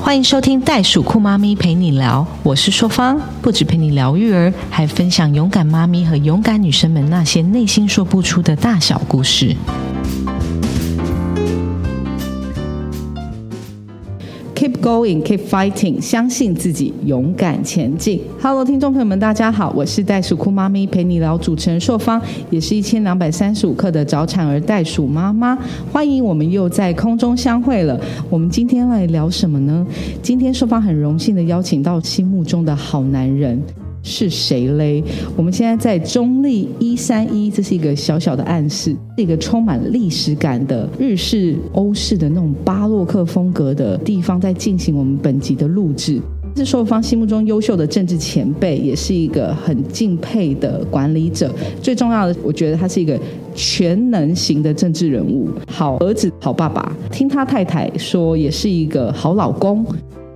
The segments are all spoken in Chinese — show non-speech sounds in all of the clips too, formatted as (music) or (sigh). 欢迎收听袋鼠酷妈咪陪你聊，我是硕芳，不止陪你聊育儿，还分享勇敢妈咪和勇敢女生们那些内心说不出的大小故事。 Keep going, keep fighting，相信自己，勇敢前进。Hello，听众朋友们，大家好，我是袋鼠酷妈咪陪你聊主持人硕芳，也是一千两百三十五克的早产儿袋鼠妈妈。欢迎我们又在空中相会了。我们今天来聊什么呢？今天硕芳很荣幸的邀请到心目中的好男人。是谁嘞？我们现在在中立一三一，这是一个小小的暗示，是一个充满历史感的日式、欧式的那种巴洛克风格的地方，在进行我们本集的录制。是受方心目中优秀的政治前辈，也是一个很敬佩的管理者。最重要的，我觉得他是一个全能型的政治人物，好儿子、好爸爸。听他太太说，也是一个好老公。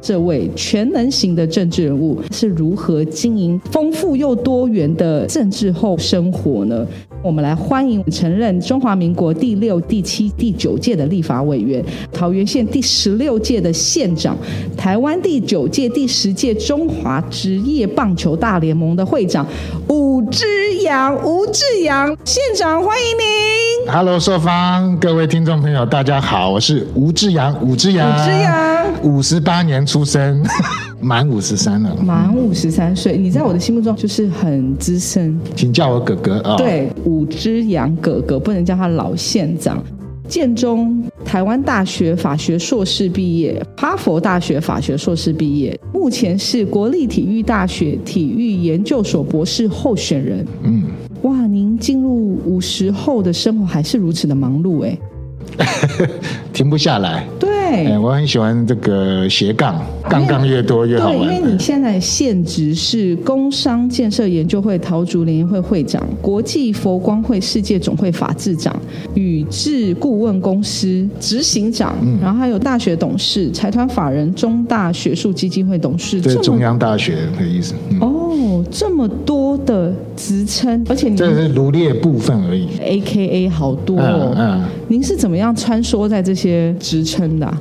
这位全能型的政治人物是如何经营丰富又多元的政治后生活呢？我们来欢迎承认中华民国第六、第七、第九届的立法委员，桃园县第十六届的县长，台湾第九届、第十届中华职业棒球大联盟的会长伍之阳，吴志阳县长，欢迎您。 Hello，朔方，各位听众朋友，大家好，我是吴志阳，吴志阳，吴志阳，五十八年出生， (laughs) 满五十三了，满五十三岁，你在我的心目中就是很资深，请叫我哥哥啊。，对，武之阳哥哥不能叫他老县长。建中台湾大学法学硕士毕业，哈佛大学法学硕士毕业，目前是国立体育大学体育研究所博士候选人。嗯，哇，您进入五十后的生活还是如此的忙碌哎、停不下来。对，哎、我很喜欢这个斜杠，杠杠越多越好对，因玩。哎为你现在现职是工商建设研究会桃竹联谊会会长、国际佛光会世界总会法制长、宇智顾问公司执行长，嗯然后还有大学董事、财团法人中大学术基金会董事，这是这中么央大学的意思，嗯，哦，这么多的职称，而且您这是罗列部分而已。 A K A 好多哦嗯，嗯，您是怎么样穿梭在这些职称的啊、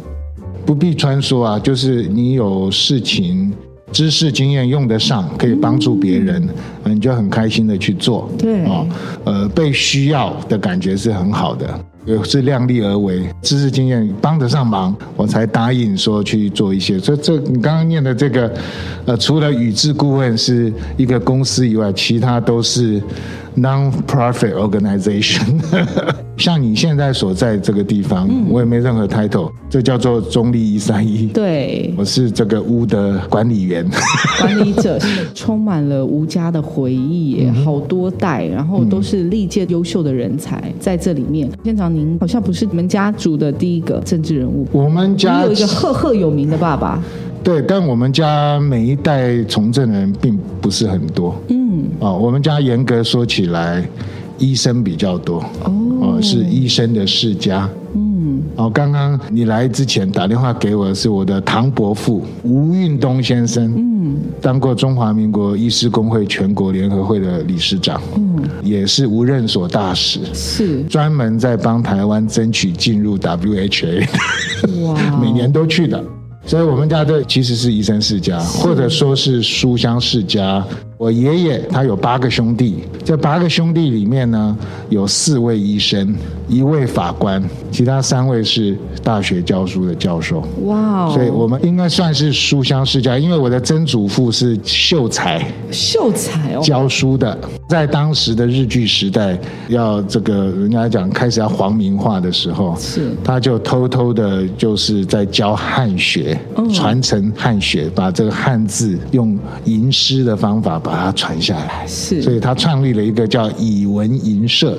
不必穿梭啊，就是你有事情、知识、经验用得上，可以帮助别人，嗯、你就很开心的去做。对哦，呃，被需要的感觉是很好的，也是量力而为，知识经验帮得上忙，我才答应说去做一些。所以这你刚刚念的这个，呃，除了宇智顾问是一个公司以外，其他都是 non-profit organization。像你现在所在这个地方，嗯我也没任何 title，这叫做中立一三一。对，我是这个屋的管理员， (laughs) 管理者是充满了吴家的回忆耶，好多代，然后都是历届优秀的人才在这里面。县长，您好像不是你们家族的第一个政治人物，我们您家有一个赫赫有名的爸爸。对，但我们家每一代从政人并不是很多。嗯，哦，我们家严格说起来，医生比较多。哦是医生的世家。嗯，哦，刚刚你来之前打电话给我的是我的堂伯父吴运东先生。嗯，当过中华民国医师工会全国联合会的理事长。嗯，也是无任所大使。是专门在帮台湾争取进入 WHA，哇，每年都去的。所以我们家的其实是医生世家，或者说是书香世家。我爷爷他有八个兄弟，这八个兄弟里面呢，有四位医生，一位法官，其他三位是大学教书的教授。哇哦，所以我们应该算是书香世家，因为我的曾祖父是秀才，秀才哦，教书的，在当时的日据时代，要这个人家讲开始要皇民化的时候，是他就偷偷的就是在教汉学，哦传承汉学，把这个汉字用吟诗的方法把它传下来。所是以他创立了一个叫以文吟社，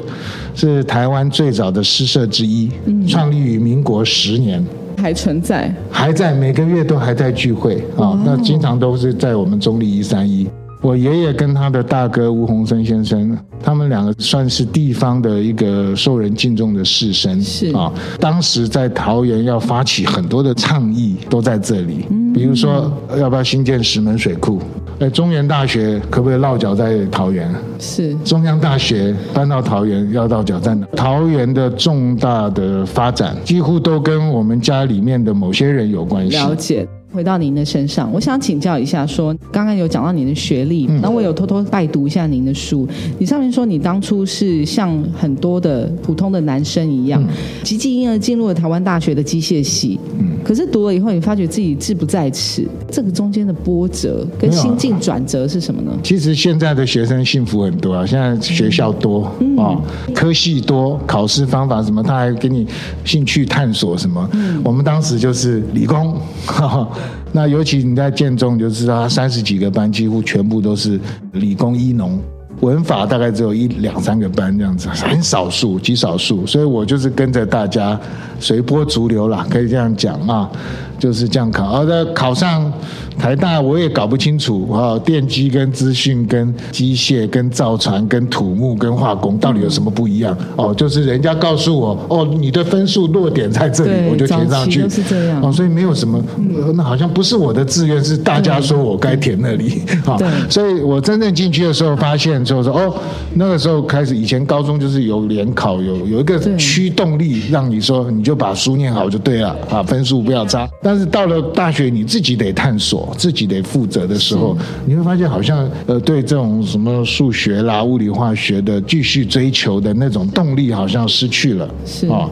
是台湾最早的诗社之一，嗯创立于民国十年。还存在，还在每个月都还在聚会啊、那经常都是在我们中立一三一。我爷爷跟他的大哥吴鸿生先生，他们两个算是地方的一个受人敬重的士绅，是啊、当时在桃园要发起很多的倡议，都在这里，比如说要不要新建石门水库，哎，中原大学可不可以落脚在桃园？是中央大学搬到桃园，要到脚站的。桃园的重大的发展，几乎都跟我们家里面的某些人有关系。了解。回到您的身上，我想请教一下说，刚刚有讲到您的学历，嗯那、我有偷偷拜读一下您的书。你上面说你当初是像很多的普通的男生一样，嗯籍籍婴儿进入了台湾大学的机械系，可是读了以后，你发觉自己志不在此，这个中间的波折跟没有啊心境转折是什么呢？其实现在的学生幸福很多啊，现在学校多嗯哦，科系多，考试方法什么，他还给你兴趣探索什么。嗯我们当时就是理工， (laughs) 哈哈。那尤其你在建中你就知道，他三十几个班几乎全部都是理工医农。文法大概只有一两三个班这样子，很少数，极少数，所以我就是跟着大家随波逐流啦，可以这样讲啊，就是这样考。而、啊、在考上台大，我也搞不清楚啊，电机跟资讯、跟机械、跟造船、跟土木、跟化工到底有什么不一样？哦，就是人家告诉我，哦，你的分数落点在这里，对我就填上去，早期都是这样哦，所以没有什么，嗯呃那好像不是我的志愿，是大家说我该填那里，哈、对 (laughs) 所以我真正进去的时候，发现就是说，哦，那个时候开始，以前高中就是有联考，有有一个对驱动力，让你说你就把书念好就对了啊，分数不要差。但是到了大学，你自己得探索，自己得负责的时候，你会发现好像呃，对这种什么数学啦、物理化学的继续追求的那种动力，好像失去了。是啊、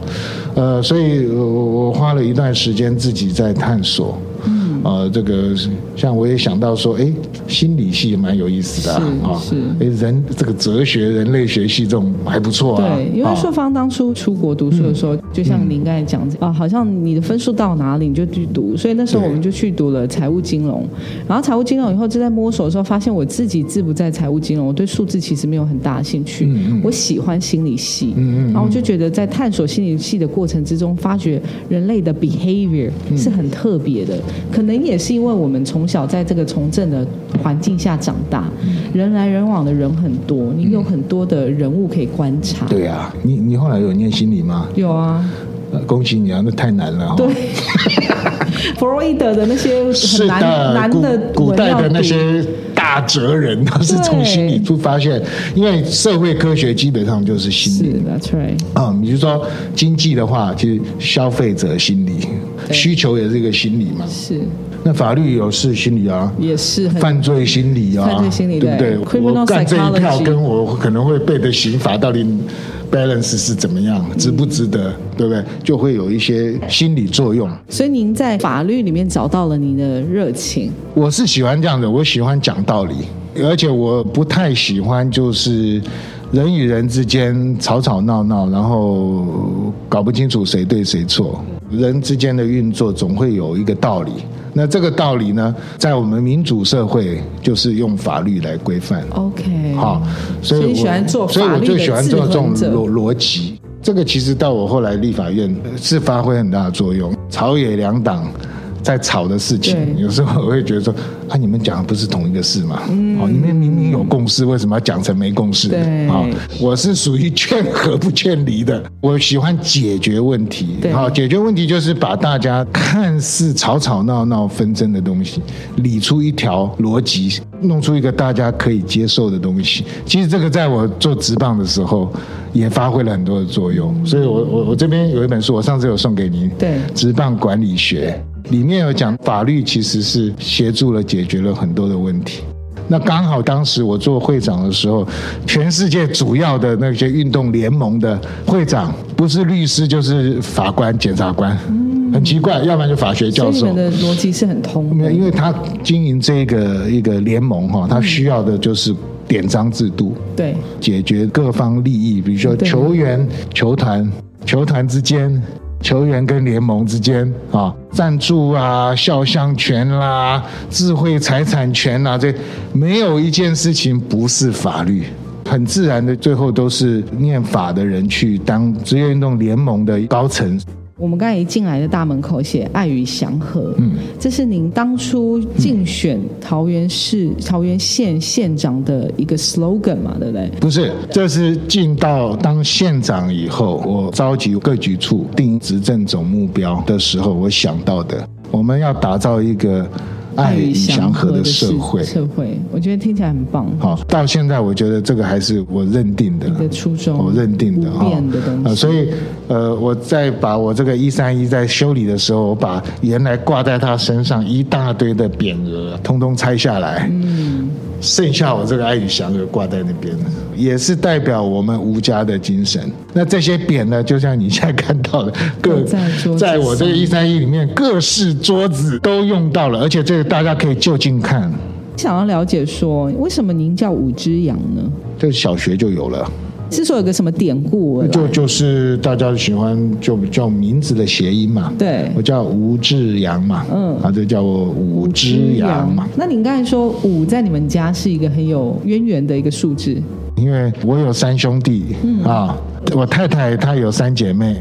呃，所以我我我花了一段时间自己在探索。嗯，呃，这个像我也想到说，哎，心理系也蛮有意思的啊，是啊是哎，人这个哲学、人类学系这种还不错啊，对，因为啊硕方当初出国读书的时候，嗯就像您刚才讲的啊，好像你的分数到哪里你就去读，所以那时候对我们就去读了财务金融。然后财务金融以后就在摸索的时候，发现我自己志不在财务金融，我对数字其实没有很大的兴趣。嗯嗯我喜欢心理系，嗯嗯嗯然后我就觉得在探索心理系的过程之中，发觉人类的 behavior 嗯是很特别的，可能也是因为我们从小在这个从政的环境下长大，嗯人来人往的人很多，你有很多的人物可以观察。对啊，你你后来有念心理吗？有啊，呃恭喜你啊，那太难了哈、哦。对， (laughs) 弗洛伊德的那些是很难的，难古的古文代要的那读些大哲人，他是从心理出发现，因为社会科学基本上就是心理是 That's right，啊、你就说经济的话，其实消费者心理、对需求也是一个心理嘛。是那法律有是心理啊，也是很犯罪心理啊，犯罪心理对不对对？ Criminal 我干这一票 psychology 跟我可能会背的刑罚到底 balance 是怎么样，值不值得，对不对？就会有一些心理作用。所以您在法律里面找到了您的热情，我是喜欢这样的，我喜欢讲道理，而且我不太喜欢就是人与人之间吵吵闹闹，然后搞不清楚谁对谁错。人之间的运作总会有一个道理，那这个道理呢，在我们民主社会就是用法律来规范。 OK，好，所所以你以我喜欢做法所以我律就的喜欢制做这种衡者逻逻辑。这个其实到我后来立法院呃是发挥很大的作用，朝野两党。在吵的事情，对有时候我会觉得说，啊，你们讲的不是同一个事嘛？哦，你们明明有共识，为什么要讲成没共识？嗯对啊、我是属于劝和不劝离的，我喜欢解决问题。对好，解决问题就是把大家看似吵吵闹闹纷争的东西，理出一条逻辑，弄出一个大家可以接受的东西。其实这个在我做直棒的时候也发挥了很多的作用，所以我我我这边有一本书，我上次有送给您，对职棒管理学里面有讲，法律其实是协助了解决了很多的问题。那刚好当时我做会长的时候，全世界主要的那些运动联盟的会长，不是律师就是法官、检察官，很奇怪，要不然就法学嗯所教以你授们。的逻辑是很通没有，的，因为他经营这个一个联盟哈，他需要的就是典章制度。对，解决各方利益，比如说对球员、球团、球团之间、球员跟联盟之间啊，赞助啊、肖像权啦、智慧财产权啦、这没有一件事情不是法律。很自然的，最后都是念法的人去当职业运动联盟的高层。我们刚才一进来的大门口写“爱与祥和”，嗯，这是您当初竞选桃园市、桃园县县长的一个 slogan 嘛，对不对？不是，这是进到当县长以后，我召集各局处定执政总目标的时候，我想到的，我们要打造一个爱与祥和的社会。社会，我觉得听起来很棒。好，到现在我觉得这个还是我认定的你。的初衷，哦我认定的不哈嗯变的东西，呃所以呃，我再把我这个一三一在修理的时候，我把原来挂在他身上一大堆的匾额，通通拆下来，嗯，剩下我这个爱与祥和挂在那边，也是代表我们吴家的精神。那这些匾呢，就像你现在看到的，各在桌子在我这个一三一里面，各式桌子都用到了，而且这个大家可以就近看，想要了解说，为什么您叫五只羊呢？这小学就有了。是说有个什么典故而来？就就是大家喜欢就叫名字的谐音嘛。对我叫吴志阳嘛，嗯啊，就叫我吴之阳嘛。那您刚才说五在你们家是一个很有渊源的一个数字，因为我有三兄弟、嗯啊，我太太她有三姐妹，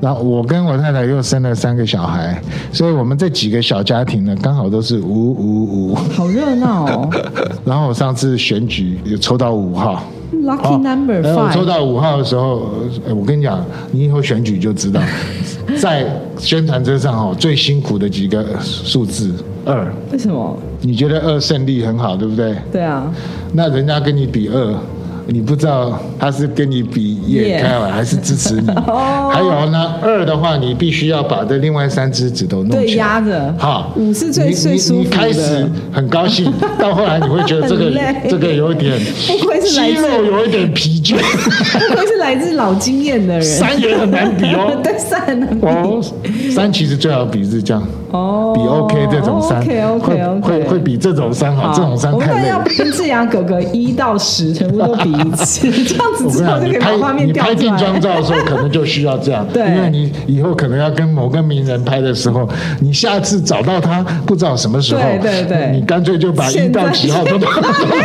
然后我跟我太太又生了三个小孩，所以我们这几个小家庭呢，刚好都是五五五。好热闹 (laughs) 哦然后我上次选举有抽到五号。 ！Lucky number 哎我抽 five，到五号的时候，哎我跟你讲，你以后选举就 (laughs) 知道，在宣传车上哦，最辛苦的几个数字二，为什么？你觉得二胜利很好，对不对？对啊，那人家跟你比二，你不知道他是跟你比耶耶开完还是支持 (laughs) 你。哦还有呢，二的话，你必须要把这另外三只指头弄对起来。压着。好，五是最你最舒你你服开始的。很高兴，到后来你会觉得 (laughs) 这很个累这个有一点，不愧是来肌自肉有一点疲倦。不愧是来自老经验的人， (laughs) 三也很难比哦。 (laughs) 对三能比哦，三其实最好比是这样，哦，比 OK 这种三，OK OK 会 OK，会会比这种三好，这种三我们太当然累要了。跟志阳哥哥一到十全部都比一 (laughs) 次，这样子我跟之后就你讲，你可以把画拍面你调拍出定妆来。照的时候，可能就需要这样， (laughs) 对因为你以后可能要跟某个名人拍的时候，你下次找到他不知道什么时候，对对对你干脆就把一现在到几号都 (laughs) 都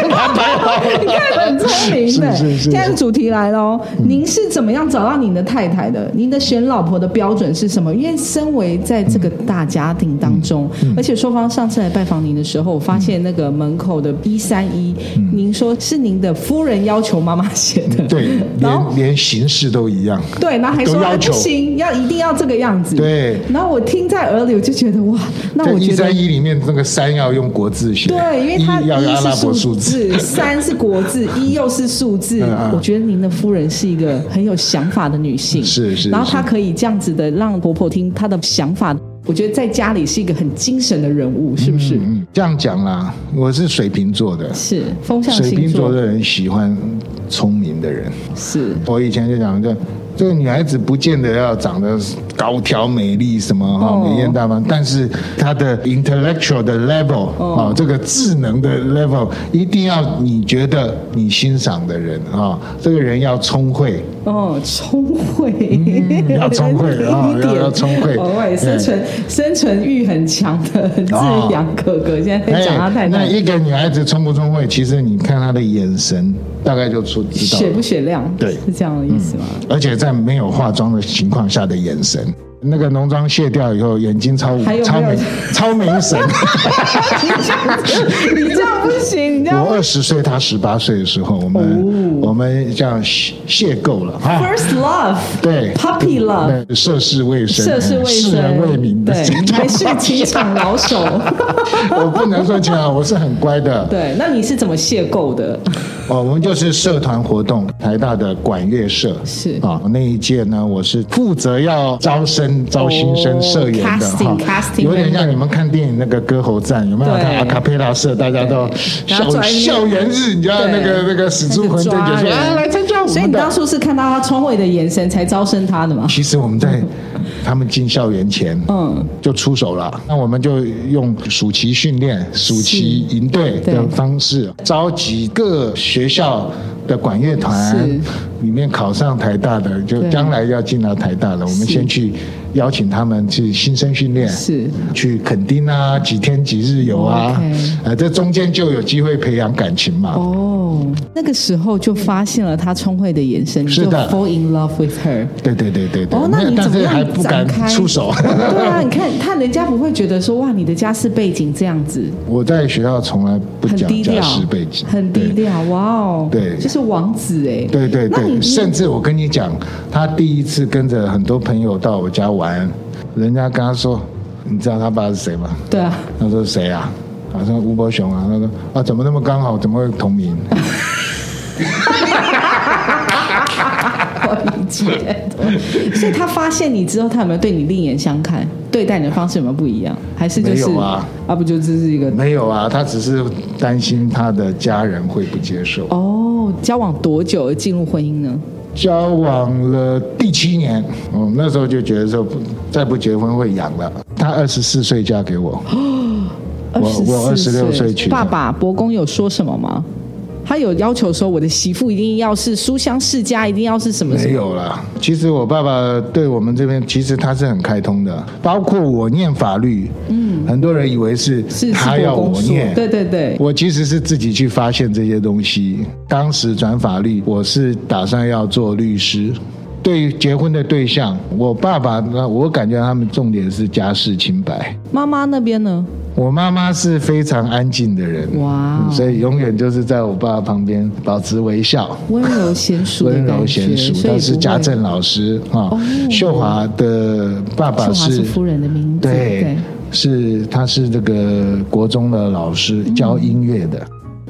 把它拍好 (laughs) 你了。看很聪明的，是是是嗯现在主题来喽，您是怎么样找到您的太太的？您的选老婆的标准是什么？因为身为在这个大家庭当中，嗯而且说方上次来拜访您的时候，我发现那个门口的一三一，您说是您的夫人要求妈妈写的，嗯对， (laughs) 然后连连形式都一样。对，然后还说都要哎求不行，要一定要这个样子。对然后我听在耳里，我就觉得哇，那在我一觉得三一里面，那个三要用国字写，对，因为它一要用阿拉是伯数数字。字， (laughs) 三是国字，一又是数字嗯嗯。我觉得您的夫人是一个很有想法的女性，是是然后是她可以这样子的让婆婆听她的想法，我觉得在家里是一个很精神的人物，是不是？嗯，这样讲啦，我是水瓶座的，是风象水星瓶座座的人喜欢聪明的人。是我以前就讲，这这个女孩子不见得要长得高挑美丽什么哈、哦美艳大方，但是她的 intellectual 的 level 啊、哦这个智能的 level 一定要你觉得你欣赏的人啊、这个人要聪慧，哦，聪慧，嗯 (laughs) 要聪慧啊一点要要聪慧哎哦，喂，生存生存欲很强的志哦哎扬哥哥，现在在讲他太那太一个女孩子聪不聪慧，其实你看她的眼神，大概就出知道血了不。血量，对是这样的意思吗？而且在没有化妆的情况下的眼神，那个浓妆卸掉以后，眼睛超还有没有超美超美 (laughs) 神。你这样不行，你这样我二十岁，他十八岁的时候，我们、我们这样邂邂逅了哈。哦 first love，对，puppy love，对涉世未深，涉哎世未世人未深，明的对，情你况还是情场老 (laughs) 手。我不能说情况，我是很 (laughs) 乖的。对，那你是怎么邂逅的？哦，我们就是社团活动，台大的管乐社是啊、那一届呢，我是负责要招生、招新生、哦社员的 casting- casting 有点 member 像你们看电影那个歌喉战，有没有？对看阿卡贝拉社，大家都然后校坐在那边校园日，你知道对那个那个史那柱个魂对抓决说人啊，来参加我们的。所以你当初是看到他聪慧的眼神才招生他的吗？其实我们在他们进校园前，嗯，就出手了。那我们就用暑期训练、暑期营队的方式，召集各学校的管乐团是，里面考上台大的，就对将来要进到台大的，我是们先去邀请他们去新生训练，是哦去垦丁啊，几天几日游啊 OK，呃，这中间就有机会培养感情嘛。哦，那个时候就发现了他聪慧的眼神，你是就的 fall in love with her。对对对对对哦，，那你但怎么是样还不展敢开出手。 (laughs) 对啊，你看他人家不会觉得说哇，你的家世背景这样子，我在学校从来不很讲低家调世背景，，很低对调，哇哦，对就是王子哎，对对那你对，甚至我跟你讲，他第一次跟着很多朋友到我家玩，人家跟他说：“你知道他爸是谁吗对啊，？” (laughs) 他说：“谁啊？”他说：“吴伯雄啊。”他说：“啊，怎么那么刚好？怎么会同名我理解脱。所以他发现你之后，他有没有对你另眼相看？对待你的方式有没有不一样？还是就是没有啊？不就这是一个 (laughs) 没有啊，他只是担心他的家人会不接受。哦？交往多久而进入婚姻呢？交往了第七年，嗯，那时候就觉得说不再不结婚会养了。他二十四岁嫁给我，我我24 26岁娶的爸爸伯公有说什么吗？他有要求说我的媳妇一定要是书香世家，一定要是什么什没么？有啦。其实我爸爸对我们这边其实他是很开通的，包括我念法律，嗯，很多人以为是是他是要伯公我说念，，对对对，我其实是自己去发现这些东西。当时转法律，我是打算要做律师。对于结婚的对象，我爸爸呢，我感觉他们重点是家世清白。妈妈那边呢？我妈妈是非常安静的人，哇哦嗯所以永远就是在我爸爸旁边保持微笑。温柔娴熟的温感觉，柔娴熟，所以她不是会哦家政老师啊。秀华的爸爸秀华呃是是夫人的名字，对对。，是他是这个国中的老师，嗯教音乐的。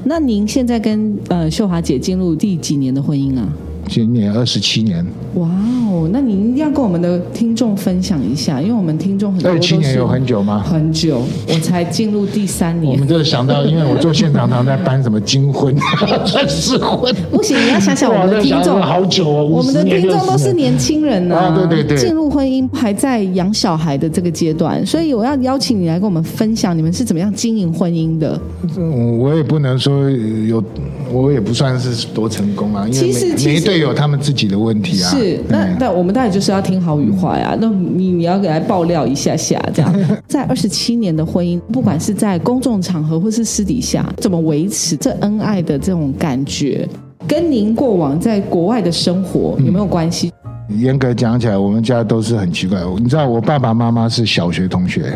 那您现在跟呃秀华姐进入第几年的婚姻啊？今年二十七年，哇哦，那你一定要跟我们的听众分享一下，因为我们听众很多二都是七年有很久吗？很久，我才进入第三我们年。就想到，因为我做现场常在搬什么金婚、啊 (laughs) 钻石婚，不行，你要想想我哇们的那想听众，了好久哦，我们的50年听众都是60年年轻人呢、啊对对对进入婚姻还在养小孩的这个阶段，所以我要邀请你来跟我们分享你们是怎么样经营婚姻的。嗯我也不能说有，我也不算是多成功啊，因为其实每其实每一队有他们自己的问题啊。是，那嗯那我们当然就是要听好与坏啊。那你你要给他爆料一下下，这 (laughs) 样在二十七年的婚姻，不管是在公众场合或是私底下，怎么维持这恩爱的这种感觉，跟您过往在国外的生活嗯有没有关系？严格讲起来，我们家都是很奇怪。你知道，我爸爸妈妈是小学同学，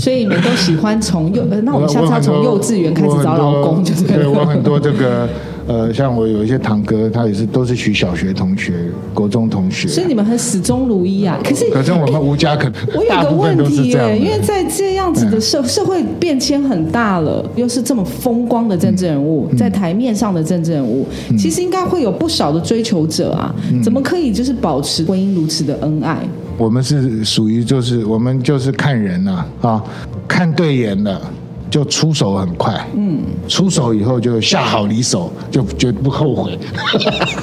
所以你们都喜欢从幼，呃那我们下次要很从多幼稚园开始找老我公，很就是多对我很多这个呃，像我有一些堂哥，他也是都是娶小学同学、国中同学。啊所以你们很始终如一啊。可是可是我们吴家可能 (laughs) 我大有个部分问都是题这样耶，的嗯因为在这样子的社、社会变迁很大了，又是这么风光的政治人物，嗯在台面上的政治人物，其实应该会有不少的追求者啊，嗯怎么可以就是保持婚姻如此的恩爱？我们是属于就是我们就是看人呐啊看对眼了。就出手很快，嗯，出手以后就下好离手，就绝不后悔， (laughs)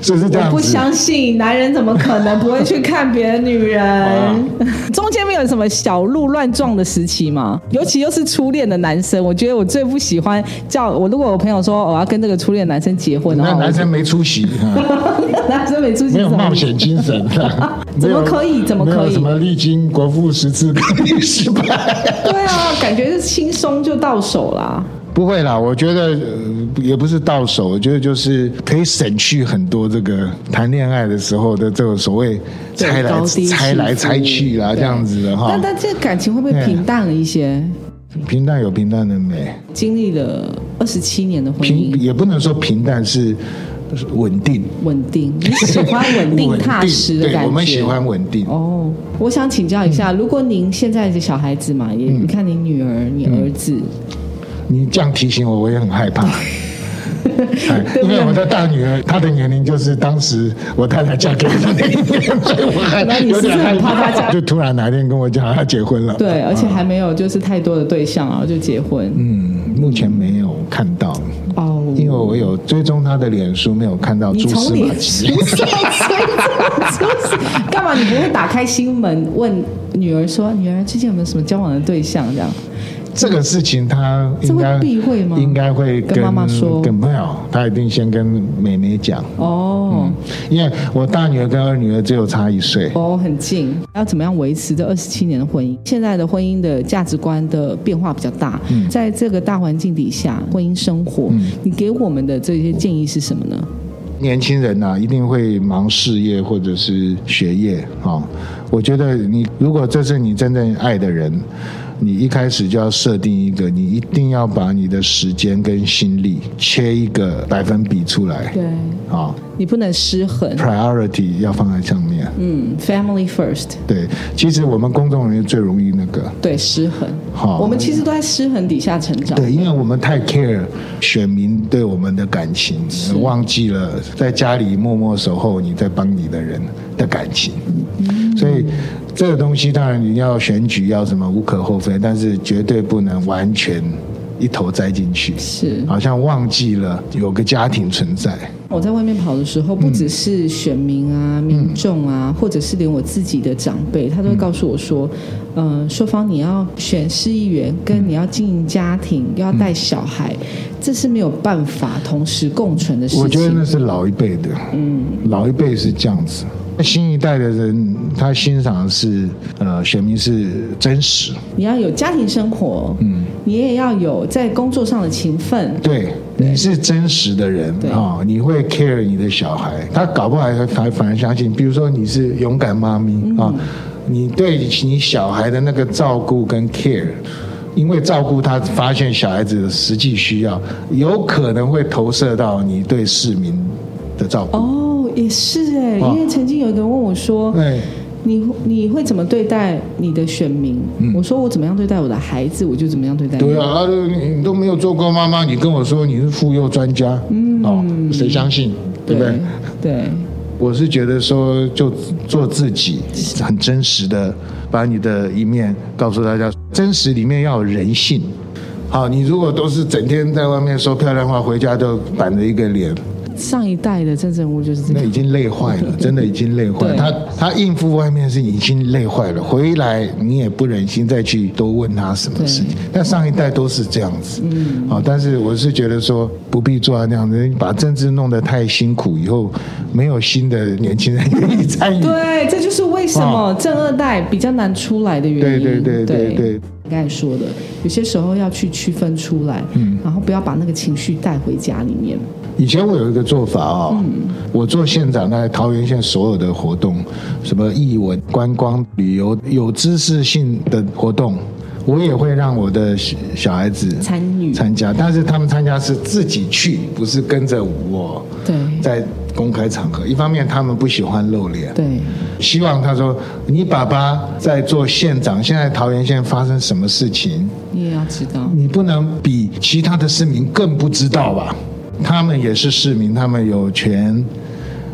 是不是这我样不子？相信男人怎么可能不会去看别的女 (laughs) 人哇？ (laughs) 中间没有什么小鹿乱撞的时期吗？尤其又是初恋的男生，我觉得我最不喜欢叫我。如果我朋友说我哦要跟这个初恋男生结婚的那话，男生没出息，啊我 (laughs) 男生没出息没有怎么冒险精神的， (laughs) 怎没么有可以怎么可以没有什么历经国父十次革命失败？对啊，感觉是轻松就到手啦。不会啦，我觉得、呃也不是到手，我觉得就是可以省去很多这个谈恋爱的时候的这个所谓对猜来高低起伏猜来猜去啦，对这样子的哈但。但这感情会不会平淡了一些？平淡有平淡的美，经历了二十七年的婚平姻，也不能说平淡是是稳定，稳定，你喜欢稳定踏实的对感觉。我们喜欢稳定。哦，我想请教一下，如果您现在的小孩子嘛，也、嗯你看你女儿、你儿子，你这样提醒我，我也 (laughs) 很害怕。哎对因为我的大女儿，她的年龄就是当时我太太嫁给我的那一年，所以我还那你是嗯有不是点害很怕她怕。嫁就突然哪一天跟我讲她结婚了，对，而且还没有就是太多的对象，然后就结婚。嗯，目前没有看到，哦，因为我有追踪她的脸书，没有看到你蛛丝从 (laughs) 马脸迹。书上追踪，干嘛？你不会打开心门问女儿说：“女儿最近有没有什么交往的对象？”这样这个事情她应该这会避讳吗应该会跟妈妈说跟没有，她一定先跟妹妹讲，哦、因为我大女儿跟二女儿只有差一岁。哦，很近。要怎么样维持这二十七年的婚姻？现在的婚姻的价值观的变化比较大，在这个大环境底下，婚姻生活，你给我们的这些建议是什么呢？年轻人呐、一定会忙事业或者是学业啊、哦我觉得你如果这是你真正爱的人，你一开始就要设定一个，你一定要把你的时间跟心力切一个百分比出来，对，啊你不能失衡。 ，priority 要放在上面。嗯，family first，对，其实我们公众人最容易那个，对，失衡。好我们其实都在失衡底下成长。对，因为我们太 care 选民对我们的感情，忘记了在家里默默守候你在帮你的人的感情，所以这个东西当然你要选举要什么无可厚非，但是绝对不能完全一头栽进去，是好像忘记了有个家庭存在。我在外面跑的时候，嗯不只是选民啊、民众啊，或者是连我自己的长辈，他都会告诉我说：“嗯、呃，硕芳，你要选市议员，嗯跟你要经营家庭，又要带小孩，这是没有办法同时共存的事情。”我觉得那是老一辈的，嗯，老一辈是这样子。那新一代的人，他欣赏的是呃，选民是真实，你要有家庭生活，嗯，你也要有在工作上的勤奋，对，你是真实的人对啊、你会 care 你的小孩，他搞不好还反反而相信。比如说你是勇敢妈咪啊、你对你小孩的那个照顾跟 care，因为照顾他发现小孩子的实际需要，有可能会投射到你对市民的照顾。哦，也是哎、哦因为曾经有一个人问我说：“对你你会怎么对待你的选民？”嗯我说：“我怎么样对待我的孩子，我就怎么样对待你。对啊，啊你你都没有做过妈妈，你跟我说你是妇幼专家，嗯，哦，谁相信？对不对？对对我是觉得说，就做自己，很真实的把你的一面告诉大家。真实里面要有人性。好，你如果都是整天在外面说漂亮话，回家都板着一个脸，上一代的政治人物就是这那样，已经累坏 (laughs) 了，真的已经累坏了。对他他应付外面是已经累坏了，回来你也不忍心再去多问他什么事情。但上一代都是这样子，嗯，好，但是我是觉得说不必做到那样子，你把政治弄得太辛苦，以后没有新的年轻人愿意参与。对，这就是为什么正二代比较难出来的原因。对对对对对你刚才说的，有些时候要去区分出来，嗯然后不要把那个情绪带回家里面。以前我有一个做法哦，嗯我做县长在桃园县所有的活动，什么艺文、观光、旅游有知识性的活动，我也会让我的小小孩子参与参加，但是他们参加是自己去，不是跟着我对在公开场合。一方面他们不喜欢露脸，对，希望他说你爸爸在做县长，现在桃园县发生什么事情，你也要知道，你不能比其他的市民更不知道吧？他们也是市民，他们有权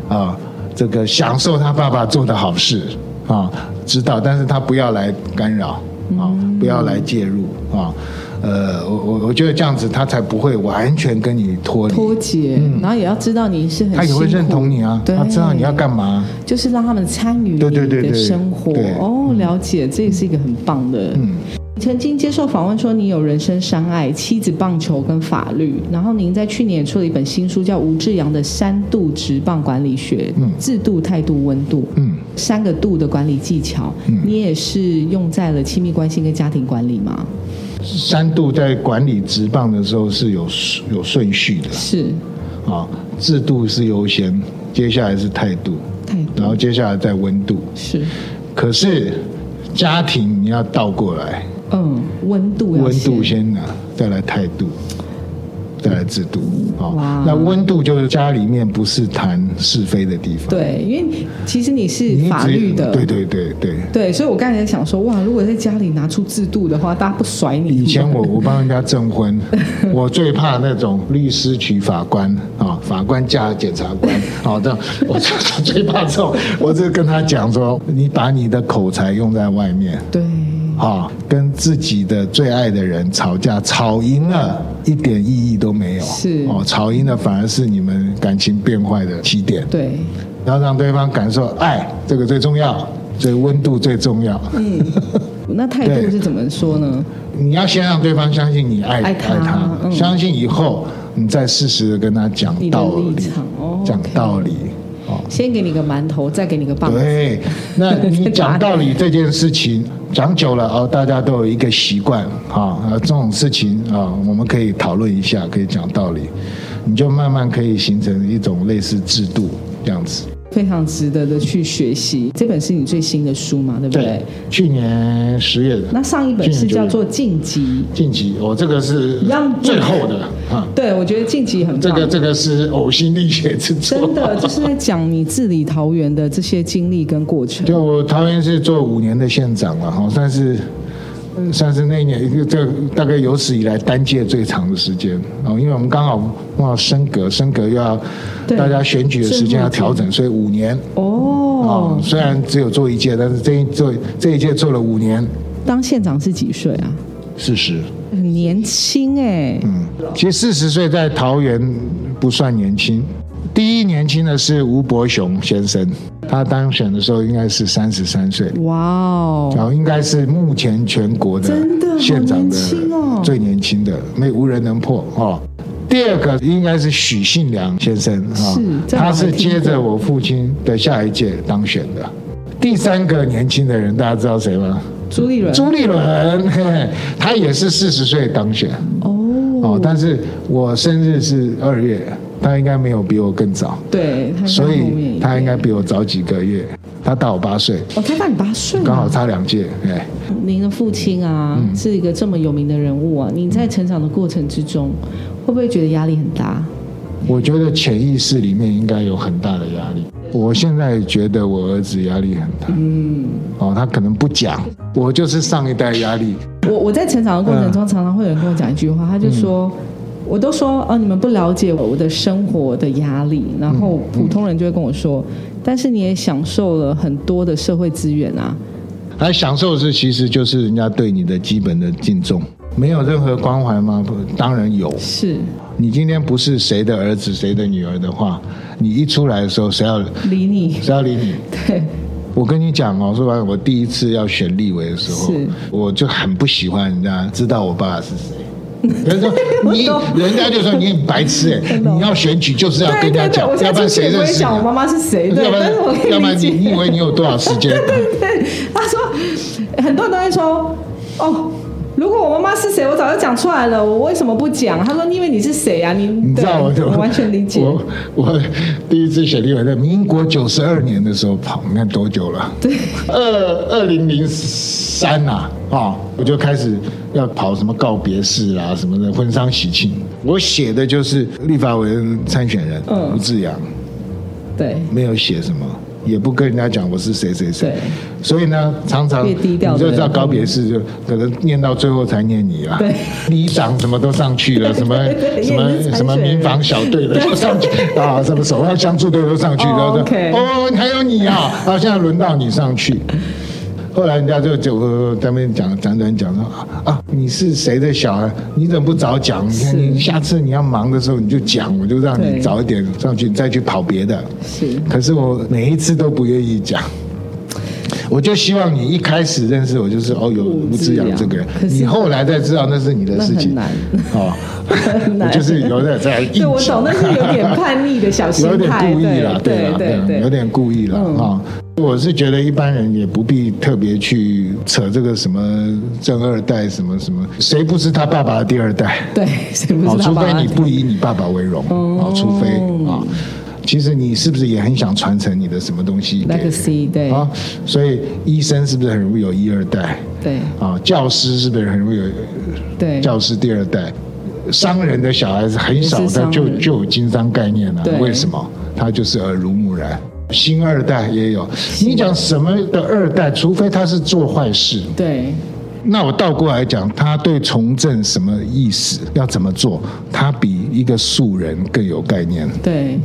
啊、这个享受他爸爸做的好事啊、知道，但是他不要来干扰啊、不要来介入啊、呃，我我我觉得这样子他才不会完全跟你脱离，脱节，然后也要知道你是很嗯他也会辛苦认同你啊，对，他知道你要干嘛。就是让他们参与你对对对的对生活对嗯哦，了解，这也是一个很棒的。嗯，曾经接受访问说你有人生伤爱、妻子、棒球跟法律，然后您在去年也出了一本新书，叫吴志阳的《三度职棒管理学》，制度、态度、温度，嗯，三个度的管理技巧，你也是用在了亲密关系跟家庭管理吗？三度在管理职棒的时候是有有顺序的是，啊，制度是优先，接下来是态度。态然度后接下来再温度。是，可是家庭你要倒过来，嗯，温度要温度先拿，再来态度，再来制度。哇好，那温度就是家里面不是谈是非的地方，，对，因为其实你是你只法律的，对对对对。对，所以我刚才在想说，哇，如果在家里拿出制度的话，大家不甩你。以前 (laughs) 我我帮人家证婚，我最怕那种律师娶法官啊，法官嫁检察官，好这样，我最最怕这种，我就跟他讲说，你把你的口才用在外面，对啊，跟自己的最爱的人吵架，吵赢了一点意义都没有，是哦，吵赢了反而是你们感情变坏的起点。对，要让对方感受爱，这个最重要，这个温度最重要。嗯，那态度是怎么说呢？你要先让对方相信你爱爱他嗯相信以后，你再适时的跟他讲你的道立理场，哦讲 OK 道理。哦，先给你个馒头，再给你个棒子。对， (laughs) 那你讲道理这件事情讲久了哦，大家都有一个习惯啊，呃这种事情啊，我们可以讨论一下，可以讲道理，你就慢慢可以形成一种类似制度这样子。非常值得的去学习。这本是你最新的书嘛，对不对？去年十月的那上一本是叫做《晋级晋级，我这个是一样啊最后的啊》，，对我觉得《晋级》很棒。这个这个是呕心沥血之作，真的就是在讲你治理桃园的这些经历跟过程。就我桃园是做五年的县长了哈，算是嗯算是那一年这大概有史以来单届最长的时间哦，因为我们刚好碰到升格，升格又要对大家选举的时间要调整，所以五年哦哦，，虽然只有做一届，但是这一做这一届做了五年，当县长是几岁啊？四十。很年轻哎、嗯，其实四十岁在桃园不算年轻。第一年轻的是吴伯雄先生，他当选的时候应该是三十三岁，哇哦，然后应该是目前全国的真的好县长的年轻哦最年轻的，没无人能破哦。第二个应该是许信良先生啊、是这个他我还是听接着过我父亲的下一届当选的。第三个年轻的人，大家知道谁吗？朱立伦朱立伦，嘿嘿他也是四十岁当选。哦，哦，但是我生日是二月，他应该没有比我更早，对，他在所后面一以点他应该比我早几个月，他大我八岁，哦，他大你八岁啊，刚嗯好差两届，哎，您的父亲啊，是一个这么有名的人物啊，你在成长的过程之中，会不会觉得压力很大？我觉得潜意识里面应该有很大的压力。我现在觉得我儿子压力很大，嗯，哦，他可能不讲，我就是上一代压力，我我在成长的过程嗯中，常常会有人跟我讲一句话，他就说。我都说哦，你们不了解我的生活的压力，然后嗯普通人就会跟我说，但是你也享受了很多的社会资源啊，来享受的是其实就是人家对你的基本的敬重，没有任何关怀吗？不当然有，是你今天不是谁的儿子谁的女儿的话，你一出来的时候，谁要理你，谁要理你？对，我跟你讲哦，说白了，我第一次要选立委的时候是，我就很不喜欢人家知道我爸是 (laughs) 谁。人家说懂你，人家就说你很白痴哎、懂你要选举就是要跟对对人家对，讲我，要现不在然出去谁也不认会识想我妈你？啊妈是谁，对，要不但是我然，要不可以理然你解。你以为你有多少时间？对，他说很 (laughs) 多人都会说，哦，如果我妈妈是谁，我早就讲出来了，我为什么不讲？他说，因为你是谁啊？你你知道我对怎么？我完全理解。我我第一次选立委在民国九十二年的时候跑，你看多久了？对，二二零零三呐，啊，我就开始要跑什么告别式啊，什么的婚丧喜庆。我写的就是立法委员参选人嗯吴志阳，对，没有写什么，也不跟人家讲我是谁谁谁对。所以呢，常常越低你调的就人知道告别式就可能念到最后才念你啦对， (laughs) 里长什么都上去了，什么 (laughs) 对对什因为你是参选么人什么民防小队的 (laughs) 都上去啊，什么首要相助队都上去，哦然后说 OK 哦，还有你啊，啊，现在轮到你上去。后来人家就就在那边讲辗转讲说啊啊，你是谁的小孩？你怎么不早讲？你是看你下次你要忙的时候你就讲，我就让对你早一点上去，你再去跑别的。是可是我每一次都不愿意讲。我就希望你一开始认识我，就是哦，有嗯吴吴志志阳阳这个人可，是你后来才知道那是你的事情，那很 (laughs) 哦，很难我就是有点在硬 (laughs) 对，啊我懂，那是有点叛逆的小心有点态，故意啦，对啦，对嗯啦啊有点故意啦。哈。我是觉得一般人也不必特别去扯这个什么正二代什么什么，谁不是他爸爸的第二代？对，谁不是哦他除爸非爸你？不以你爸爸为荣，哦，除非啊、其实你是不是也很想传承你的什么东西给 Legacy，对啊、所以医生是不是很容易有一二代？对啊、教师是不是很容易有对教师第二代？商人的小孩子很少也是商的人就就有经商概念了、对为什么？他就是耳濡目染。新二代也有，你讲什么的二代，除非他是做坏事，对，那我倒过来讲，他对从政什么意思，要怎么做，他比一个素人更有概念。对，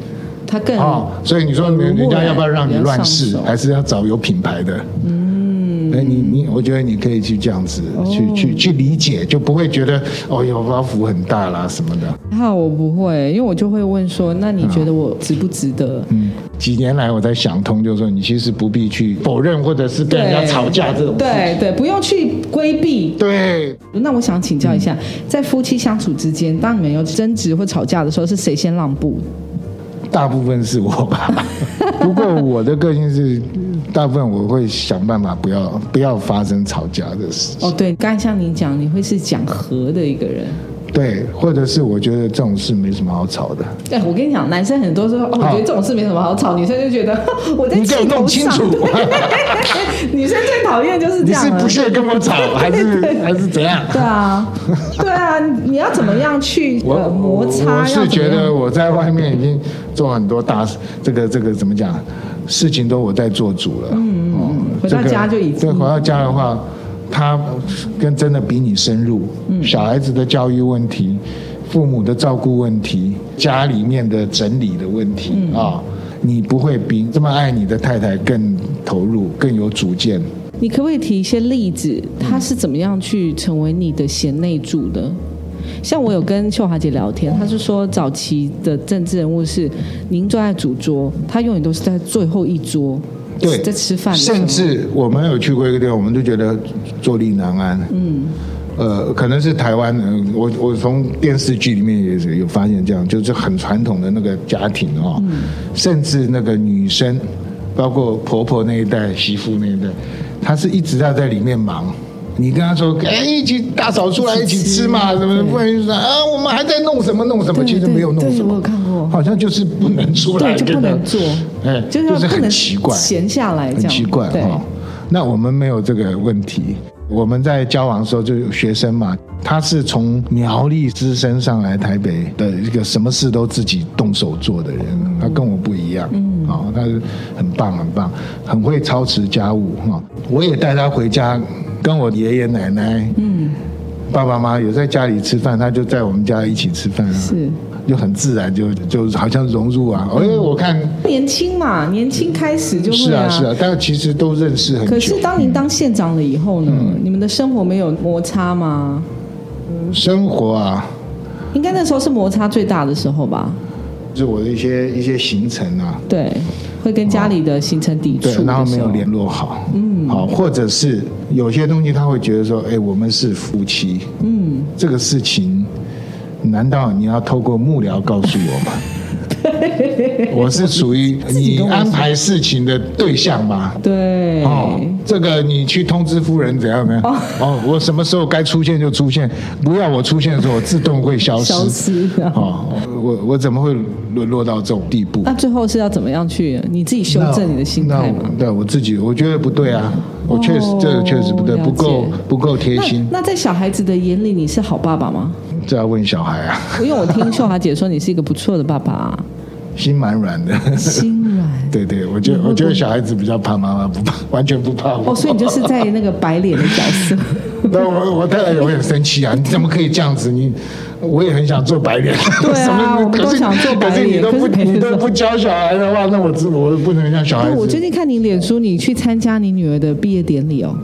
他更哦，所以你说耳濡目染人家要不要让你乱比试较上，手还是要找有品牌的？嗯，哦哎，你你，我觉得你可以去这样子，去去去理解，就不会觉得哦有包袱很大啦什么的。还好我不会，因为我就会问说，那你觉得我值不值得？啊嗯，几年来我在想通，就是说你其实不必去否认或者是跟人家吵架这种事情。对对，不用去规避，对，那我想请教一下，在夫妻相处之间，当你们有争执或吵架的时候，是谁先让步？大部分是我 (laughs) 吧，不过我的个性是，大部分我会想办法不要不要发生吵架的事。哦，对，刚才像你讲，你会是讲和的一个人，对，或者是我觉得这种事没什么好吵的，对，哎我跟你讲，男生很多说，哦，我觉得这种事没什么好吵，女生就觉得 (laughs) 哼我在你给我气弄头清上。楚，对女生最讨厌就是 (laughs) 这 (laughs) 你样是了。不屑跟我吵，还是还是怎样？对啊，对啊，你要怎么样去我呃摩擦？我要是怎么觉样得我在外面已经做很多大事，这个这个怎么讲，事情都我在做主了。嗯嗯，回到家就已经对，回到家的话，他跟真的比你深入。嗯小孩子的教育问题，父母的照顾问题，家里面的整理的问题嗯啊、你不会比这么爱你的太太更投入、更有主见。你可不可以提一些例子？嗯他是怎么样去成为你的贤内助的？像我有跟秀华姐聊嗯天，她是说早期的政治人物是您坐在主桌，他永远都是在最后一桌，对，在吃饭的时候，甚至我们有去过一个地方，我们就觉得坐立难安。嗯，呃，可能是台湾，呃我我从电视剧里面也是有发现这样，就是很传统的那个家庭哦，嗯甚至那个女生，包括婆婆那一代、媳妇那一代，她是一直要在里面忙。你跟她说，哎，一起大扫出来一起吃嘛，什么不然就是啊，我们还在弄什么弄什么，对其实没有弄对什对我么有看过，好像就是不能出来，对，就不跟她能坐，哎，就是就是不很能奇怪，闲下来这很样，奇怪对，哦。那我们没有这个问题。我们在交往的时候，就有学生嘛，他是从苗栗资深上来台北的一个什么事都自己动手做的人，他跟我不一样，嗯，哦，他是很棒很棒，很会操持家务哈、哦我也带他回家，跟我爷爷奶奶，嗯，爸爸妈妈有在家里吃饭，他就在我们家一起吃饭啊，是。就很自然就就好像融入啊，哎，我看年轻嘛，年轻开始就是会啊是啊，但其实都认识很久。嗯可是当您当县长了以后呢，你们的生活没有摩擦吗？生活啊，应该那时候是摩擦最大的时候吧？就是我的一些一些行程啊，对，会跟家里的形成抵触对的时，候，然后没有联络好，嗯，好，或者是有些东西他会觉得说，哎，我们是夫妻，嗯，这个事情，难道你要透过幕僚告诉我吗？我是属于己你跟我说安排事情的对象吗？对，哦，这个你去通知夫人怎样呢？哦我什么时候该出现就出现，不要我出现的时候，我自动会消失。消失啊哦，我我怎么会沦落到这种地步？那最后是要怎么样去？你自己啊修正你的心态那嘛我。对我自己，我觉得不对啊，我确实、哦这个确实不对，了解不够不够贴那心，那在小孩子的眼里，你是好爸爸吗？这要问小孩啊，因为我听秀华姐说你是一个不错的爸爸、心蛮软的。 (laughs) 心软。对对，我觉得我觉得小孩子比较怕妈妈，不怕完全不怕我。哦，所以你就是在那个白脸的角色， (laughs) 那我我太太有点生气啊！你怎么可以这样子？你我也很想做白脸，对啊 (laughs) 什么我们都可是想做白脸可是你都不可是没人你都不教小孩的话，那我只我不能像小孩对，子。我最近看你脸书，你去参加你女儿的毕业典礼哦，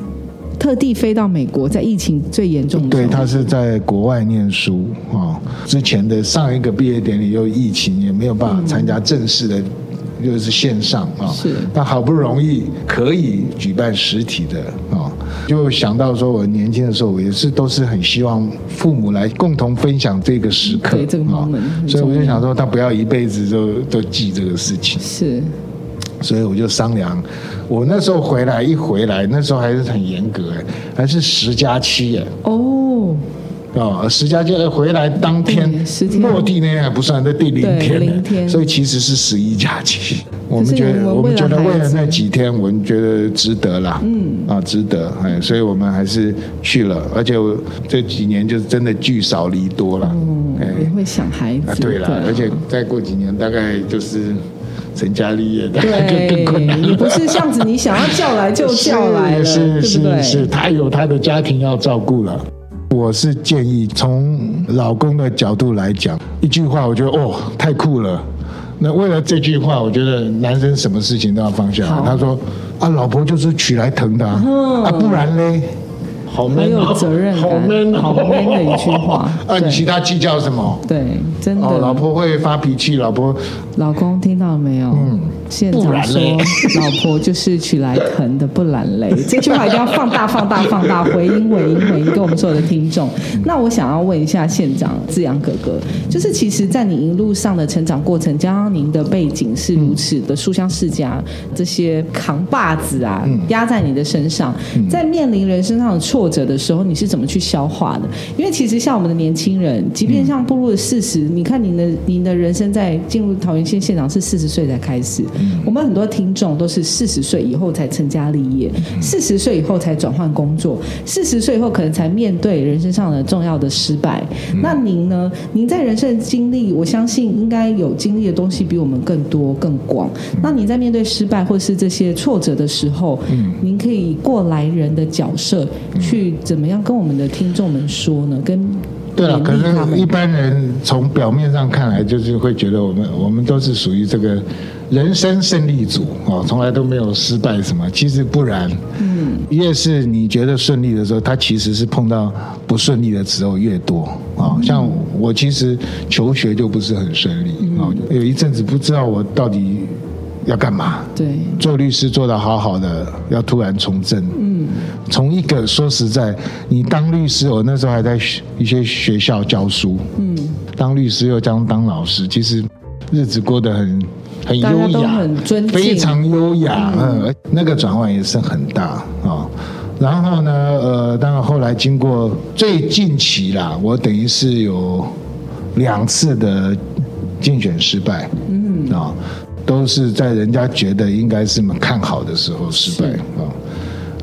特地飞到美国，在疫情最严重的时对候。他是在国外念书啊、哦之前的上一个毕业典礼又疫情，也没有办法参加正式的，又是线上啊。是那好不容易可以举办实体的啊、哦就想到说我年轻的时候，我也是都是很希望父母来共同分享这个时刻，对这个啊 moment 很所以我重就要想说，他不要一辈子都都记这个事情。是所以我就商量，我那时候回来一回来，那时候还是很严格，哎还是十加七哎耶。哦，哦，十佳街回来当天对十天落地那天还不算，那第零天对呢零天所以其实是十一假期。我是们觉得，我我们为们了觉得为孩了子那几天，我们觉得值得啦，嗯，啊，值得，哎，所以我们还是去了，而且我这几年就真的聚少离多了，嗯，哎，也会想孩子。啊，对了，而且再过几年大概就是成家立业，大概就更困难对，了。你不是这样子，你想要叫来就叫来了，是是对不对？是是，他有他的家庭要照顾了。我是建议从老公的角度来讲，一句话，我觉得哦，太酷了。那为了这句话，我觉得男生什么事情都要放下好。他说啊，老婆就是娶来疼的啊，啊不然嘞，好 man 很哦有责任感好 man 哦好 man 的一句话 (laughs) 啊，你对其他计较什么？对，真的。哦，老婆会发脾气，老婆老公听到了没有？嗯，县不长然说嘞 (laughs) 老婆就是娶来疼的，不然嘞。这句话一定要放大、放大、放大，回音、回音、回音给我们所有的听众。那我想要问一下县长志阳哥哥，就是其实，在你一路上的成长过程，加上您的背景是如此的书香世嗯家，这些扛把子啊压在你的身上，在面临人生上的挫挫折的时候，你是怎么去消化的？嗯因为其实像我们的年轻人，即便像步入了四十、你看您的您的人生在进入桃园县县长是四十岁才开始，我们很多听众都是四十岁以后才成家立业，四十岁以后才转换工作，四十岁以后可能才面对人生上的重要的失败。那您呢？您在人生的经历，我相信应该有经历的东西比我们更多更广。那你在面对失败或是这些挫折的时候，您可以以过来人的角色去怎么样跟我们的听众们说呢？跟对了，勉可励他能们一般人从表面上看来，就是会觉得我们我们都是属于这个人生胜利组哦，从来都没有失败什么。其实不然，嗯，越是你觉得顺利的时候，他其实是碰到不顺利的时候越多嗯啊、哦。像我其实求学就不是很顺利啊、哦，嗯有一阵子不知道我到底要干嘛，对做律师做得好好的，要突然从政，嗯，从一个说实在，你当律师，我那时候还在学一些学校教书，嗯，当律师又当当老师，其实日子过得很很大家优都雅，很尊敬非常优雅，嗯，那个转换也是很大啊、然后呢，呃，当然后来经过最近期啦，我等于是有两次的竞选失败，嗯啊、都是在人家觉得应该是蛮看好的时候失败啊、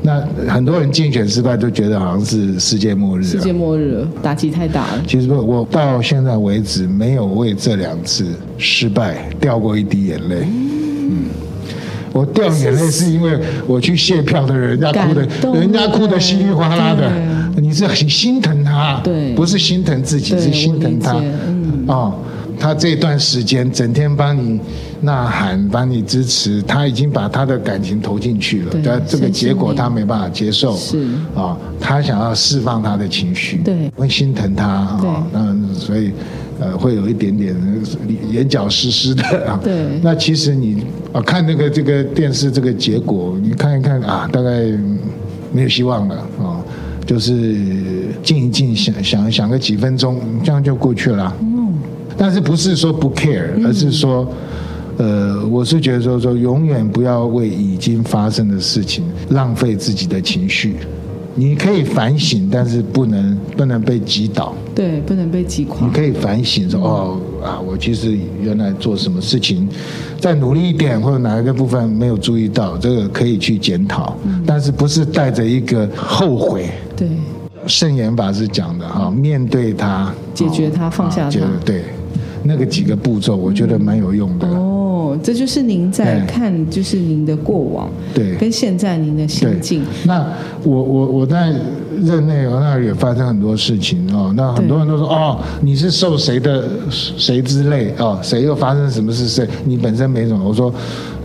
那很多人竞选失败都觉得好像是世界末日、世啊界，末日了打击太大了。其实我到现在为止没有为这两次失败掉过一滴眼泪。嗯，我掉眼泪是因为我去卸票的人人家哭感动啊的，人家哭的稀里哗啦的，你是很心疼他，对不是心疼自己，对是心疼他我理解。嗯哦，他这段时间整天帮你呐喊，帮你支持，他已经把他的感情投进去了对，但这个身心结果灵他没办法接受。是啊、他想要释放他的情绪，对会心疼他啊、对那所以呃会有一点点呃眼角湿湿的啊。对那其实你啊、看那个这个电视这个结果，你看一看啊，大概嗯没有希望了啊、就是静一静，想想想个几分钟，这样就过去了啊。但是不是说不 care，而是说，呃，我是觉得说说永远不要为已经发生的事情浪费自己的情绪。你可以反省，但是不能不能被击倒。对，不能被击你垮。可以反省说哦啊，我其实原来做什么事情，再努力一点，或者哪一个部分没有注意到，这个可以去检讨，但是不是带着一个后悔。对，圣严法师讲的哈，面对它，解决它哦放下它啊解决对，那个几个步骤，我觉得蛮有用的。哦，这就是您在对看，就是您的过往，对跟现在您的对心境，，那我我我在任内我那也发生很多事情哦，那很多人都说哦，你是受谁的谁之累哦，谁又发生什么事谁，你本身没什么。我说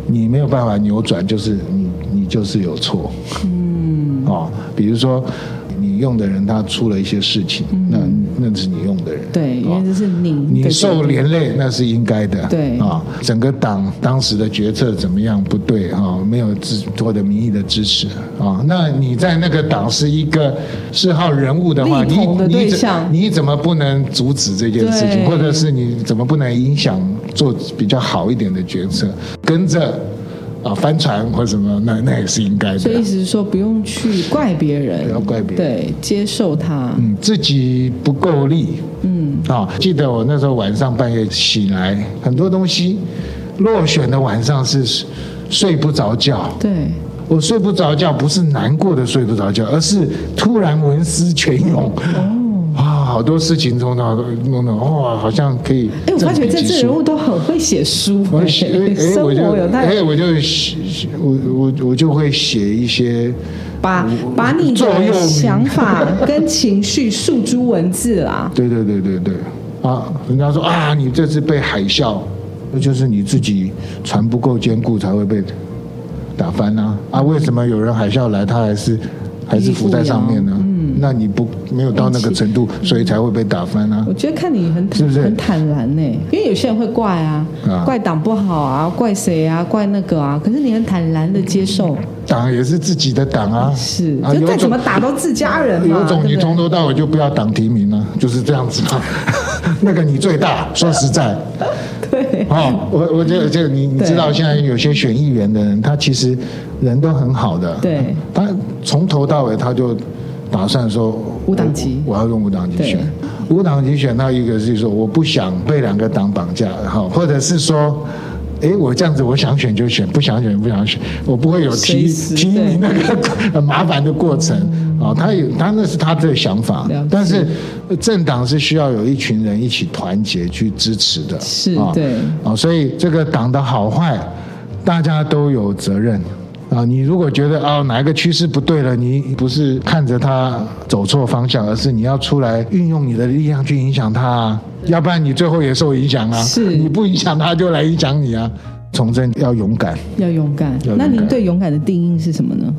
你没有办法扭转，就是你你就是有错。嗯，哦，比如说你用的人他出了一些事情，那那是你用的人。嗯啊对，因为这是您的你决受定连累那是应该的，对啊，整个党当时的决策怎么样不对啊，没有支获得民意的支持啊，那你在那个党是一个嗜好人物的话，力你捧的对你怎象你怎么不能阻止这件事对情，或者是你怎么不能影响做比较好一点的决策，跟着啊翻船或什么，那那也是应该的，啊所以意思是说，不用去怪别人，不要怪别人对，接受他，嗯，自己不够力，嗯，啊、记得我那时候晚上半夜醒来，很多东西，落选的晚上是睡不着觉，对，我睡不着觉不是难过的睡不着觉，而是突然文思泉涌，哦啊，好多事情从头弄到哇，好像可以哎，我正发觉笔这疾次书人物都很会写书，我哎写哎 (laughs) 哎，生我就活有他哎，我就写写我我我就会写一些把把你座右的 (laughs) 铭想法跟情绪诉诸文字啦，对对对对对，啊，人家说啊，你这次被海啸，那就是你自己船不够坚固才会被打翻呐、啊。为什么有人海啸来，他还是还是浮在上面呢？嗯，那你不没有到那个程度，嗯所以才会被打翻啊我。觉得看你很坦是不是很坦然呢、因为有些人会怪啊，啊怪党不好啊，怪谁啊，怪那个啊，可是你很坦然的接受，党也是自己的党啊，是，啊，就有再怎种么打都自家人嘛，有种对你不对从？头到尾就不要党提名了、啊就是这样子嘛。 (laughs) 那个你最大，说实在。对，哦，我我就就你你对知道，现在有些选议员的人，他其实人都很好的，对，他从头到尾他就打算说无党籍我我要用无党籍选。无党籍选到一个是说我不想被两个党绑架，哈，或者是说。哎，我这样子，我想选就选，不想选不想选，我不会有随提时提对名那个很麻烦的过程啊、哦。他也他那是他的想法了解，但是政党是需要有一群人一起团结去支持的，是啊对啊，所以这个党的好坏，大家都有责任。啊，你如果觉得哦哪一个趋势不对了，你不是看着它走错方向，而是你要出来运用你的力量去影响它、啊，要不然你最后也受影响啊。是你不影响它就来影响你啊。从政要勇敢，要勇敢。要勇敢那您对勇敢的定义是什么呢？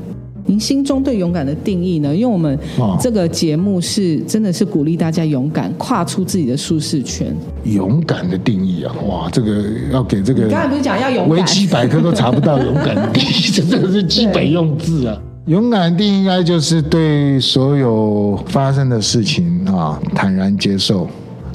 您心中对勇敢的定义呢？因为我们哦这个节目是真的是鼓励大家勇敢，跨出自己的舒适圈。勇敢的定义啊，哇，这个要给这个刚才不是讲要勇维敢？基百科都查不到勇敢的定义， (laughs) 这真的是基本用字啊。勇敢的定义应该就是对所有发生的事情啊坦然接受，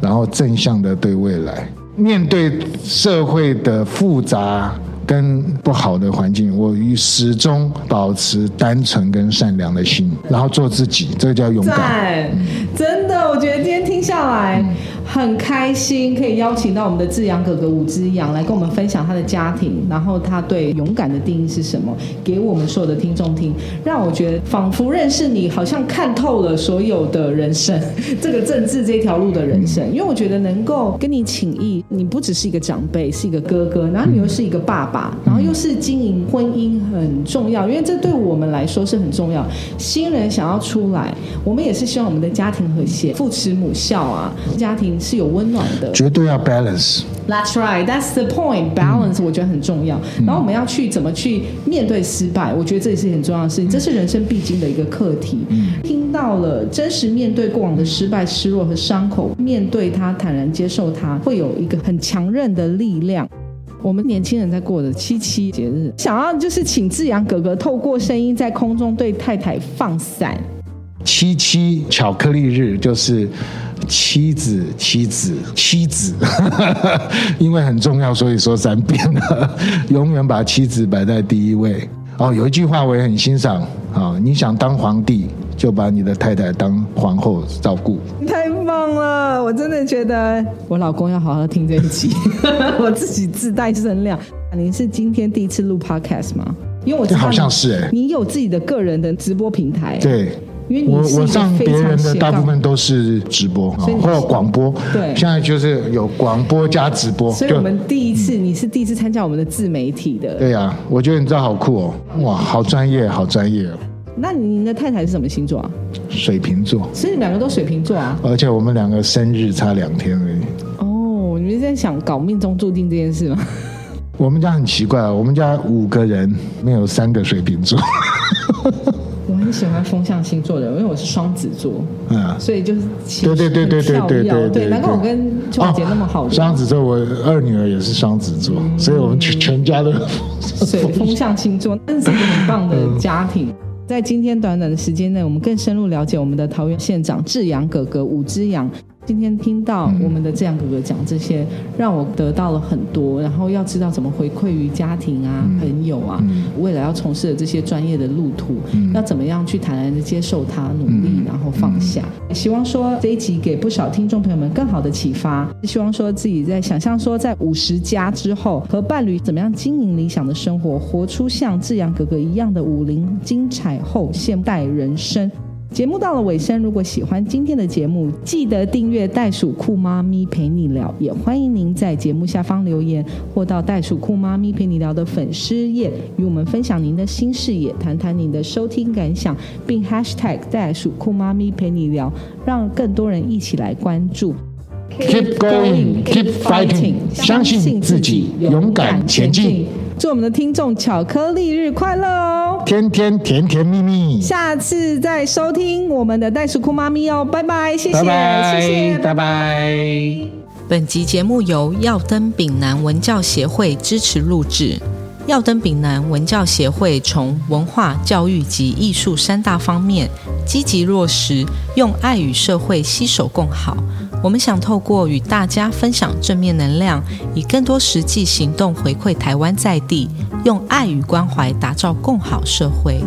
然后正向的对未来，面对社会的复杂跟不好的环境，我始终保持单纯跟善良的心，然后做自己，这叫勇敢。嗯赞，真的，我觉得今天听下来很开心，可以邀请到我们的志阳哥哥伍之阳来跟我们分享他的家庭，然后他对勇敢的定义是什么，给我们所有的听众听，让我觉得仿佛认识你，好像看透了所有的人生，这个政治这条路的人生，因为我觉得能够跟你请益，你不只是一个长辈，是一个哥哥，然后你又是一个爸爸，然后又是经营婚姻很重要，因为这对我们来说是很重要。新人想要出来，我们也是希望我们的家庭和谐，父慈母孝啊，家庭是有温暖的。绝对要 balance， That's right, that's the point. Balance、我觉得很重要。然后我们要去怎么去面对失败，我觉得这也是很重要的事情，这是人生必经的一个课题。听到了真实面对过往的失败、失落和伤口，面对它，坦然接受它，会有一个很强韧的力量。我们年轻人在过的七七节日，想要就是请志阳哥哥透过声音在空中对太太放伞，七七巧克力日就是妻子妻子妻子， (laughs) 因为很重要，所以说三遍了。永远把妻子摆在第一位。哦，有一句话我也很欣赏啊、你想当皇帝，就把你的太太当皇后照顾。太棒了！我真的觉得我老公要好好听这一 (laughs) 集，我自己自带声量。您是今天第一次录 podcast 吗？因为我知道你好像是欸你有自己的个人的直播平台，，对，因为你我是一我个上非别人常的斜大部杠分都是直播啊所以你或广播，对现在就是有广播加直播，所以我们第一次，你是第一次参加我们的自媒体的。对呀、我觉得你这好酷哦，哇，好专业，好专业哦，那您的太太是什么星座啊？水瓶座。所以你们两个都水瓶座啊？而且我们两个生日差两天而已。哦，你们在想搞命中注定这件事吗？我们家很奇怪，我们家五个人没有三个水瓶座， (laughs) (laughs) 我很喜欢风象星座的，因为我是双子座，嗯。所以就是情对对对对绪对很对跳跃对对，难怪我跟秋姐那么好嗯哦聊。双子座，我二女儿也是双子座，所以我们全全家都 (laughs) 水风象星座，真是一个很棒的家庭。在今天短短的时间内，我们更深入了解我们的桃园县长志阳哥哥伍之阳。今天听到我们的志阳哥哥讲这些，让我得到了很多，然后要知道怎么回馈于家庭啊、朋友啊，未来要从事的这些专业的路途，要怎么样去坦然的接受它，努力，然后放下。希望说这一集给不少听众朋友们更好的启发，希望说自己在想象说在五十加之后和伴侣怎么样经营理想的生活，活出像志阳哥哥一样的武林精彩后现代人生。节目到了尾声，如果喜欢今天的节目，记得订阅袋鼠酷妈咪陪你聊，也欢迎您在节目下方留言，或到袋鼠酷妈咪陪你聊的粉丝页与我们分享您的新视野，谈谈您的收听感想，并 hashtag 袋鼠酷妈咪陪你聊，让更多人一起来关注。 keep going, keep fighting，相信自己，勇敢前进，。祝我们的听众巧克力日快乐哦！天天甜甜蜜蜜。下次再收听我们的袋鼠酷妈咪哦，拜拜，谢谢，拜拜，谢谢，拜拜。本集节目由耀登丙南文教协会支持录制。耀登丙南文教协会从文化、教育及艺术三大方面积极落实，用爱与社会携手共好。我们想透过与大家分享正面能量，以更多实际行动回馈台湾在地，用爱与关怀打造共好社会。